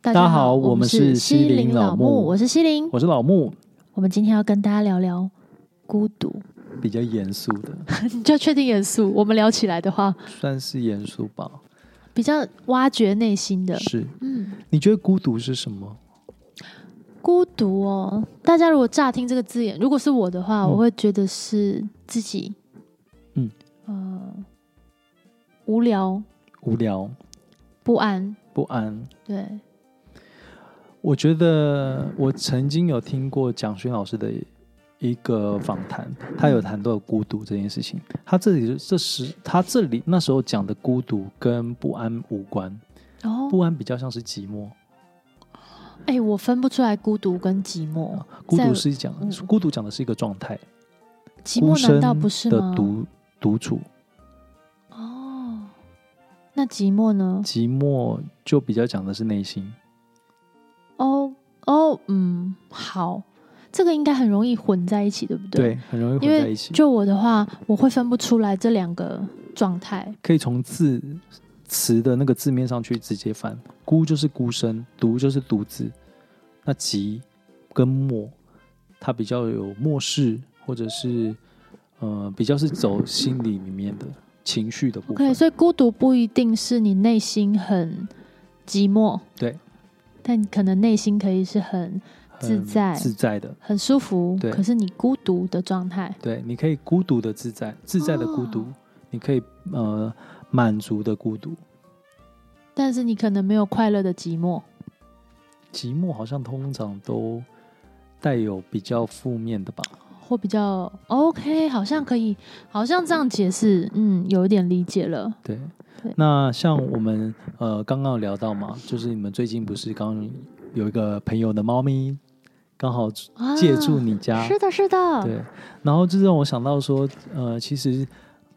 大家家好好，我我们们是是西西林林老老木木，我是西林。我是老木，我们今天要跟大家聊聊孤独，比较严肃的，你就确定严肃。我们聊起来的话，算是严肃吧。比较挖掘内心的。是，嗯，你觉得孤独是什么？孤独哦，大家如果乍听这个字眼，如果是我的话，嗯我会觉得是自己，嗯呃无聊无聊、不安，不安。对，我觉得我曾经有听过蒋勋老师的一个访谈，他有谈到孤独这件事情。他这里这时他这里那时候讲的孤独跟不安无关，然后不安比较像是寂寞。哦哎、我分不出来孤独跟寂寞，啊孤在独是讲嗯孤独讲的是一个状态，寂孤寞身难道不是的吗？独独处，哦，那寂寞呢？寂寞就比较讲的是内心。哦哦，嗯，好，这个应该很容易混在一起，对不对？对，很容易混因在为一起。就我的话，我会分不出来这两个状态。可以从字词的那个字面上去直接翻，孤就是孤身，独就是独自。那寂跟默，它比较有漠视，或者是呃比较是走心理里面的情绪的部分。 OK，所以孤独不一定是你内心很寂寞，对，但你可能内心可以是很很自在自在的，很舒服对，可是你孤独的状态。对，你可以孤独的自在，自在的孤独，哦你可以呃满足的孤独。但是你可能没有快乐的寂寞，寂寞好像通常都带有比较负面的吧。或比较 OK，好像可以，好像这样解释，嗯，有一点理解了。对对，那像我们呃刚刚有聊到嘛，就是你们最近不是刚有一个朋友的猫咪刚好啊借住你家，是的，是的，对，然后就让我想到说，呃，其实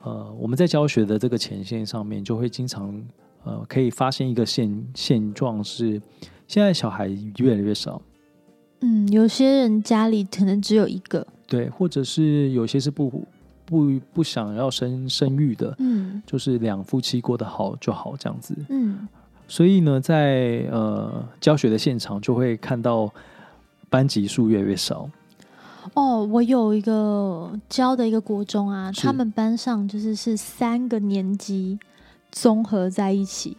呃我们在教学的这个前线上面，就会经常呃可以发现一个现现状是，现在小孩越来越少，嗯，有些人家里可能只有一个，对，或者是有些是不不不想要生生育的，嗯就是两夫妻过得好就好这样子，嗯，所以呢，在呃教学的现场就会看到班级数越来越少，哦，我有一个教的一个国中啊，是他们班上就是是三个年级综合在一起，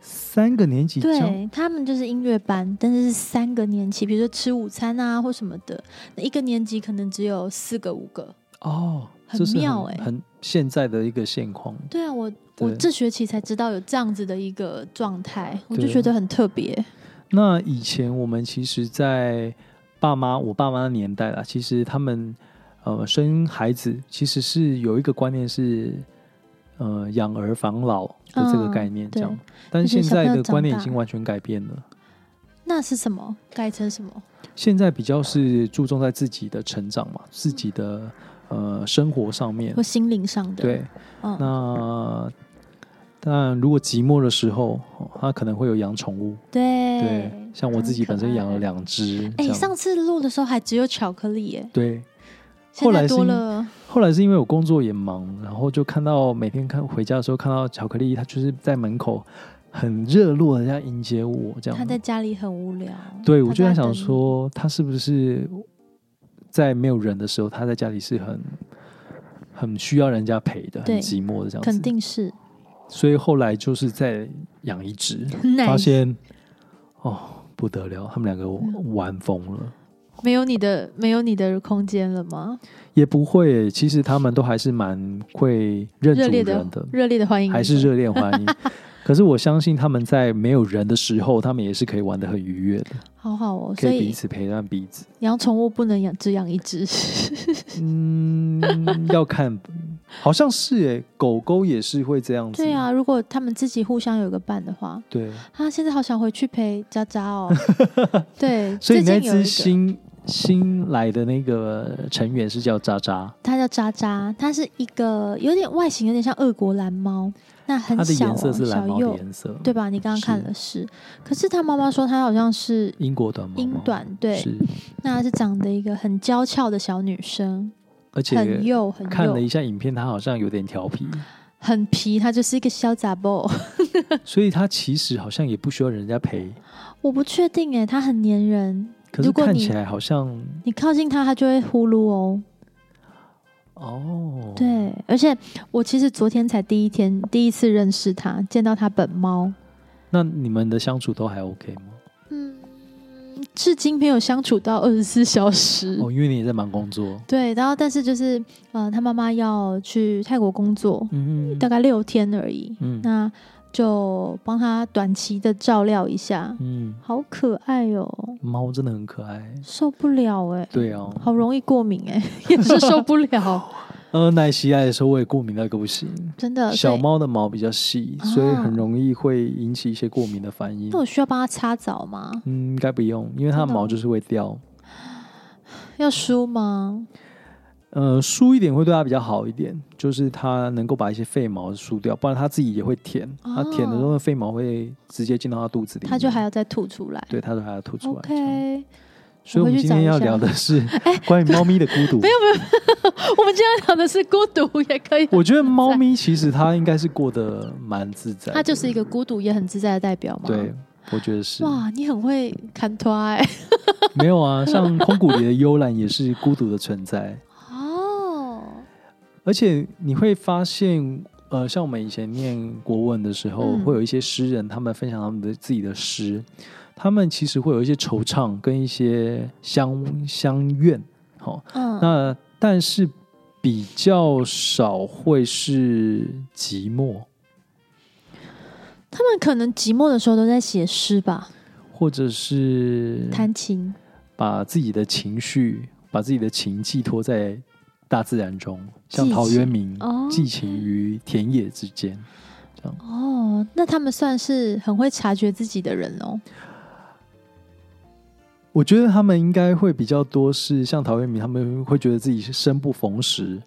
三个年级教对他们就是音乐班，但是是三个年级，比如说吃午餐啊或什么的，那一个年级可能只有四个五个。哦，很这是妙欸很现在的一个现况，对啊，我我对这学期才知道有这样子的一个状态，我就对觉得很特别。那以前我们其实，在爸妈我爸妈的年代啦，其实他们呃生孩子其实是有一个观念是呃养儿防老的这个嗯概念，这对样。但就是现小朋在友的长观念已大经完全改变了，那是什么？改成什么？现在比较是注重在自己的成长嗯嘛，自己的呃生活上面或。心灵上的？对，嗯，那但如果寂寞的时候，哦他可能会有养宠物。对对，像我自己本身养了。两只。哎、这样上次录的时候还只有巧克力耶，对，后现来在是多因了。后来是因为我工作也忙，然后就看到每天看回家的时候，看到巧克力，它就是在门口很热络的在迎接我这他样在。家里很无聊。对，他我就在等想你，说，它是不是在没有人的时候，它在家里是很很需要人家陪的，很对寂寞的这样子。肯。定是所以后来就是在养一只，发 nice，现哦不得了，他们两个嗯玩疯了。没有你的，没有你的空间了吗？也不会，其实他们都还是蛮会认热主烈人的的，，热烈的欢迎你，还是热烈欢 迎。可是我相信他们在没有人的时候，他们也是可以玩的很愉悦的，好好哦。可所以彼以此陪伴彼此。养宠物不能养只养一 只，嗯，要看，好像是诶，狗狗也是会这样子。对，啊。如果他们自己互相有个伴的话，对。啊，现在好想回去陪渣渣哦。 对，所以最那近有一只个新新来的那个成员是叫渣渣，它叫渣渣，它是一个有点外形有点像俄国蓝猫，那很它的小、颜哦，色是蓝小毛的幼，颜色，对吧？你刚刚看了是，可是它妈妈说它好像是英国短毛英猫，短，对，是，那它是长得一个很娇俏的小女生，而且很幼很看了幼， 一下影片，它好像有点调皮。很皮，他就是一个小杂 b 所以他其实好像也不需要人家陪， 我不确定哎，他很粘人，可是如果看你起来好像你靠近他，他就会呼噜哦。哦，，对，而且我其实昨天才第一天第一次认识他，见到他本猫，那你们的相处都还 OK 吗？嗯，至今没有相处到二十四小时。哦，因为你也在忙工作，对，然后但是就是，呃，他妈妈要去泰国工作，嗯大概六天而已，嗯那就帮他短期的照料一下。嗯，好可爱哦，猫真的很可爱，受不了哎、对啊，好容易过敏 哎、也是受不了，呃，奶昔爱的时候我也过敏到一个不行，真的。呃所小以猫的毛比较细，啊所以很容易会引起一些过敏的反应那。我需要帮它擦澡吗？嗯，应该不用，因为它的真的毛哦就是会掉。要梳吗？呃，梳一点会对它比较好一点，就是它能够把一些废毛梳掉，不然它自己也会舔。它舔的时候，废毛会直接进到它肚子里面，哦它就还要再吐出来。对，它就还要吐出来。这样 OK， 所以我我们回去今天找要一下哎聊的 是关于猫咪的孤独。没有没我们今天讲的是孤独也可以，有，我觉得猫咪其实它应该是过得蛮自在的。它就是一个孤独也很自在的代表嘛。对，，我觉得是。哇，你很会看拖哎。 没有啊，像空谷里的幽兰也是孤独的存在。哦，而且你会发现，呃，像我们以前念国文的时候，嗯会有一些诗人，他们分享他们的自己的诗，他们其实会有一些惆怅跟一些相相怨，好、嗯，那但是比较少会是寂寞，他们可能寂寞的时候都在写诗吧，或者是弹琴。把自己的情绪、把自己的情寄托在大自然中，像寄陶情渊明哦寄情于田野之间。哦，那他们算是很会察觉自己的人哦。我觉得他们应该会比较多是像陶渊明，他们会觉得自己是生不逢时，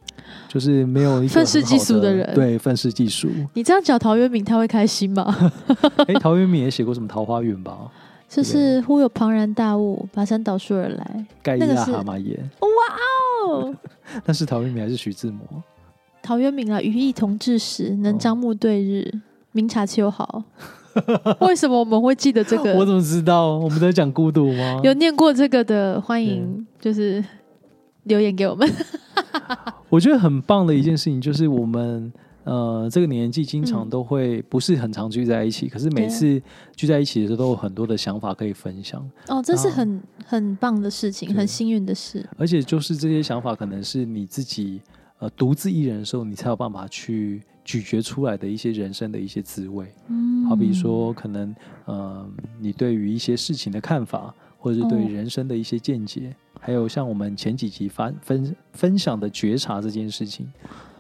就是没有一个愤世嫉俗很好的的人对愤世嫉俗。你这样讲陶渊明，他会开心 吗？哎，陶渊明也写过什么《桃花源》吧？就是忽有庞然大物，跋山倒树而来。盖伊那个亚是蛤蟆也，哇哦，但是陶渊明还是徐志摩。陶渊明啊，与义同志时，哦能张目对日，明察秋毫。为什么我们会记得这 我个？怎么知道？我们在讲孤独吗？有念过这个的，欢迎就是留言给我们。我觉得很棒的一件事情就是我们。呃，这个年纪经常嗯都会不是很常聚在一起，可是每对次聚在一起的时候都有很多的想法可以分享， 哦，这是啊很很棒的事情，对很幸运的事。而且就是这些想法，可能是你自己呃独自一人的时候，你才有办法去咀嚼出来的一些人生的一些滋味。嗯好比，说，可能呃你对于一些事情的看法，或者是对哦人生的一些见解，还有像我们前几集发分分享的觉察这件事情，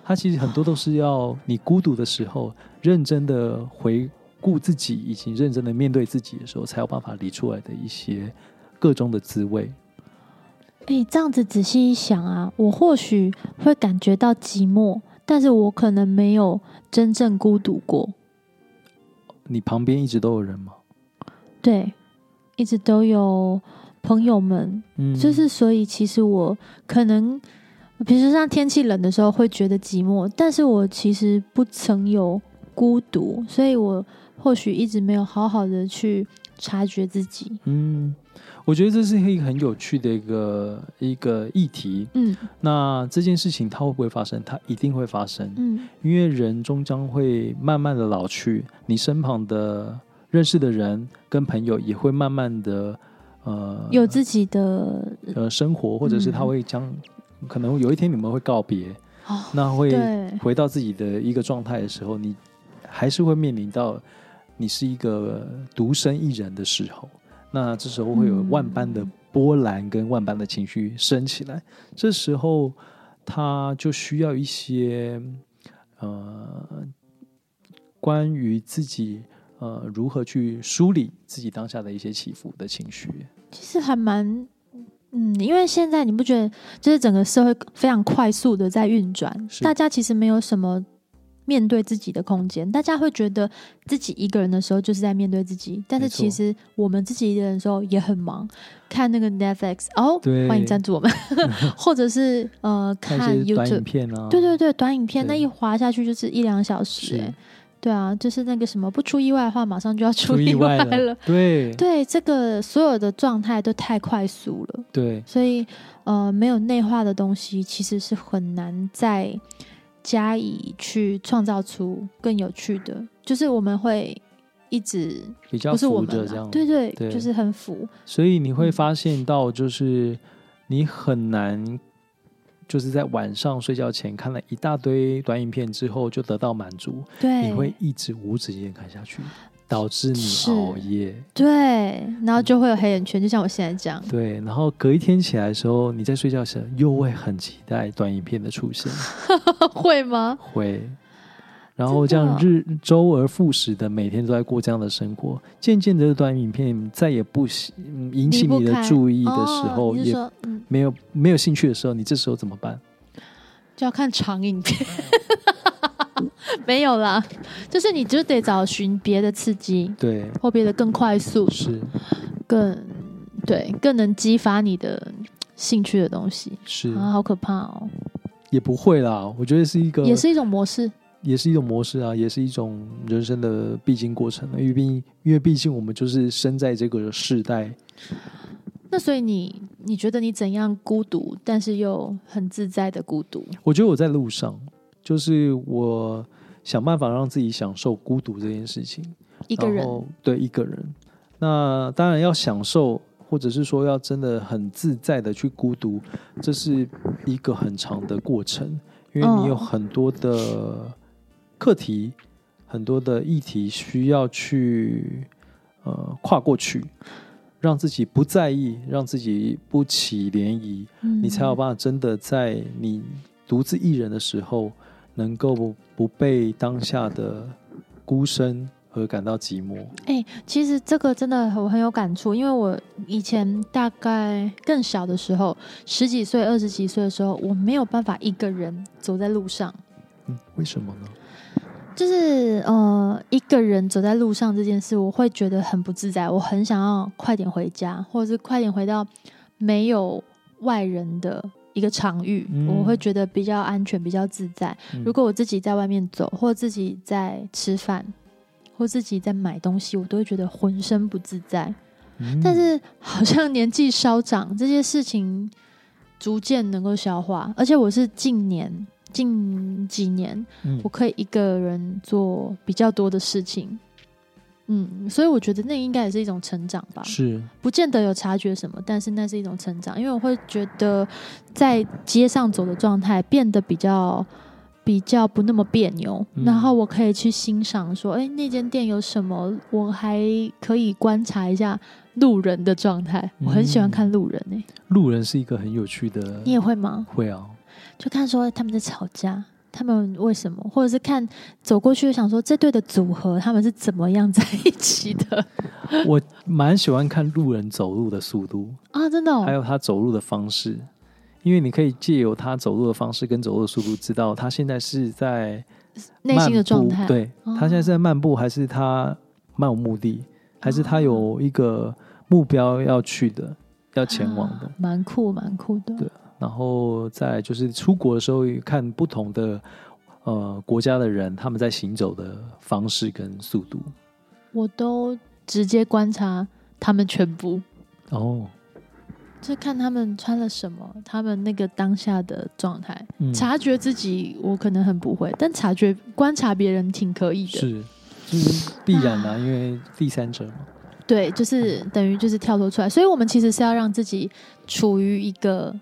它其实很多都是要你孤独的时候，认真的回顾自己，以及认真的面对自己的时候，才有办法理出来的一些各中的滋味。哎、这样子仔细一想啊，我或许会感觉到寂寞，但是我可能没有真正孤独过。你旁边一直都有人吗？对，一直都有朋友们，嗯就是所以其实我可能，比如说像天气冷的时候会觉得寂寞，但是我其实不曾有孤独，所以我或许一直没有好好的去察觉自己。嗯，我觉得这是一个很有趣的一个一个议题。嗯那这件事情它会不会发生？它一定会发生，嗯因为人终将会慢慢的老去，你身旁的认识的人跟朋友也会慢慢的呃有自己的呃生活，或者是他嗯会将、可能有一天你们会告别，哦，那会对， 回到自己的一个状态的时候，你还是会面临到你是一个独身一人的时候，那这时候会有嗯万般的波澜跟万般的情绪升起来，这时候他就需要一些呃关于自己呃如何去梳理自己当下的一些起伏的情绪。其实还蛮，嗯，因为现在你不觉得，就是整个社会非常快速的在运转，是大家其实没有什么面对自己的空间。大家会觉得自己一个人的时候就是在面对自己，但是没错其实我们自己一个人的时候也很忙，看那个 Netflix 哦，对，欢迎赞助 我们，或者是呃看看一些短 YouTube 影。片啊，对对对，短影片对那一滑下去就是一两小时、是哎，对啊，就是那个什么，不出意外的话，马上就要出出意外外了，对对，这个所有的状态都太快速了，对所以呃，没有内化的东西其实是很难再加以去创造出更有趣的，就是我们会一直比较不是我浮们着啦这样，对对，啊对就是很浮，所以你会嗯发现到，就是你很难，就是在晚上睡觉前看了一大堆短影片之后就得到满足，对，你会一直无止境地看下去，导致你是熬夜。对，然后就会有黑眼圈，就像我现在这 样，对，然后隔一天起来的时候，你在睡觉时又会很期待短影片的出 现，会吗？会。然后这真的样日周而复始的每天都在过这样的生活，渐渐的短影片再也不喜嗯引离起不你的开注意的时哦候，你也是说嗯，没有没有兴趣的时候，你这时候怎么办？就要看长影 片， 没有啦，就是你就得找寻别的刺激，对，或别的更快速、是更对、更能激发你的兴趣的东西。是、啊，好可怕哦！也不会啦。我觉得是一个，也是一种模式，也是一种模式啊，也是一种人生的必经过程啊。因为毕竟，因为毕竟我们就是生在这个世代，那所以你你觉得你怎样孤独，但是又很自在的孤独？我觉得我在路上，就是我想办法让自己享受孤独这件事情。一个然人，后对一个人。那当然要享受，或者是说要真的很自在的去孤独，这是一个很长的过程，因为你有嗯很多的课题，很多的议题需要去呃跨过去，让自己不在意，让自己不起涟漪，嗯你才有办法真的在你独自一人的时候，能够不不被当下的孤身而感到寂寞。哎、其实这个真的我很有感触，因为我以前大概更小的时候，十几岁、二十几岁的时候，我没有办法一个人走在路上，嗯，为什么呢？就是呃，一个人走在路上这件事，我会觉得很不自在，我很想要快点回家，或者是快点回到没有外人的一个场域，嗯我会觉得比较安全、比较自在。嗯如果我自己在外面走，或自己在吃饭，或自己在买东西，我都会觉得浑身不自在。嗯但是好像年纪稍长，这些事情逐渐能够消化。而且我是近年近几年，嗯我可以一个人做比较多的事情。嗯，所以我觉得那应该也是一种成长吧，是不见得有察觉什么，但是那是一种成长，因为我会觉得在街上走的状态变得比较比较不那么别扭，嗯然后我可以去欣赏说，哎、那间店有什么，我还可以观察一下路人的状态，我很嗯喜欢看路人诶、路人是一个很有趣的，你也会吗？会啊，就看说他们在吵架。他们为什么，或者是看走过去想说这对的组合他们是怎么样在一起的我蛮喜欢看路人走路的速度， 啊？真的、还哦，有他走路的方式，因为你可以借由他走路的方式跟走路的速度，知道他现在是在内心的状态漫步，对哦他现在是在漫步，还是他漫无目的，还是他有一个目标要去的，要前往的啊。蛮酷蛮酷的。对然后再来就是出国的时候，看不同的呃国家的人他们在行走的方式跟速度。我都直接观察他们全部，哦，就看他们穿了什么，他们那个当下的状态。嗯，察觉自己，我可能很不会，但察觉观察别人挺可以的。是就是必然 啊，因为第三者嘛。对，就是嗯等于就是跳脱出来，所以我们其实是要让自己处于一个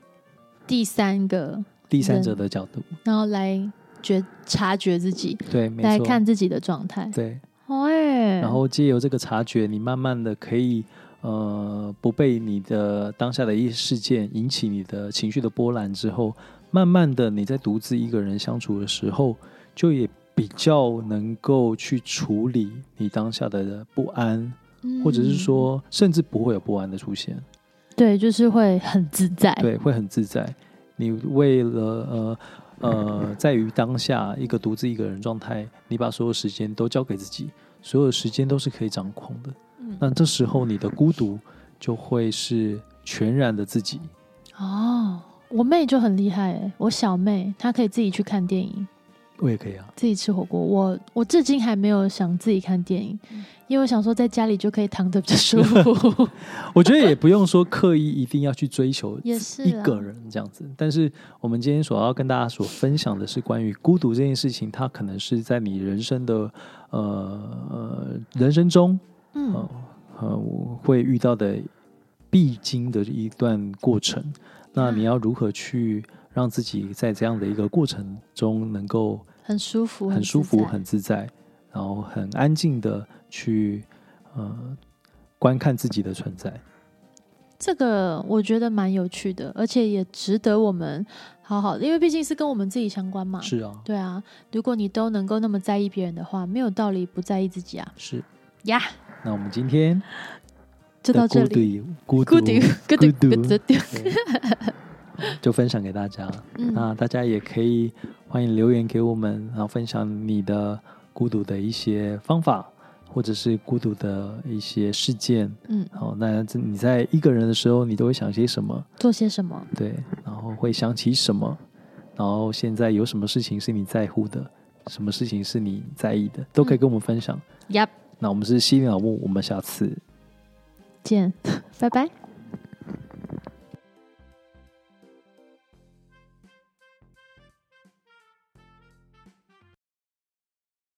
第三个，第三者的角度，然后来觉察觉自己，对，没来错，看自己的状态。对，哦哎、然后借由这个察觉，你慢慢的可以呃不被你的当下的一事件引起你的情绪的波澜之后，慢慢的你在独自一个人相处的时候，就也比较能够去处理你当下的不安，嗯或者是，说甚至不会有不安的出现，对，就是会很自在。对，会很自在。你为了呃呃，在于当下一个独自一个人状态，你把所有时间都交给自己，所有时间都是可以掌控的。嗯那这时候你的孤独就会是全然的自己。哦，我妹就很厉害哎、我小妹她可以自己去看电影，我也可以啊，自己吃火锅。我我至今还没有想自己看电影，嗯因为我想说在家里就可以躺着比较 舒哦服。我觉得也不用说刻意一定要去追求也是啊一啦个人这样子。但是我们今天所要跟大家所分享的是关于孤独这件事情，它可能是在你人生的呃呃人生中嗯呃，呃我会遇到的必经的一段过程。那嗯你要如何去让自己在这样的一个过程中能够很舒服，很舒服、自在很自在，然后很安静的去呃观看自己的存在。嗯这个我觉得蛮有趣的，而且也值得我们好好，因为毕竟是跟我们自己相关嘛。是啊，对啊，如果你都能够那么在意别人的话，没有道理不在意自己啊！是。呀、那我们今天就到这里。里，孤独孤独，孤独，孤独 孤独。对 就分享给大家。嗯，那大家也可以欢迎留言给我们，然后分享你的孤独的一些方法，或者是孤独的一些事件。嗯，好，那这你在一个人的时候，你都会想些什么？做些什么？对，然后会想起什么？然后现在有什么事情是你在乎的？什么事情是你在意的？都可以跟我们分享。呀、那我们是西林老木，我们下次见，拜拜。 拜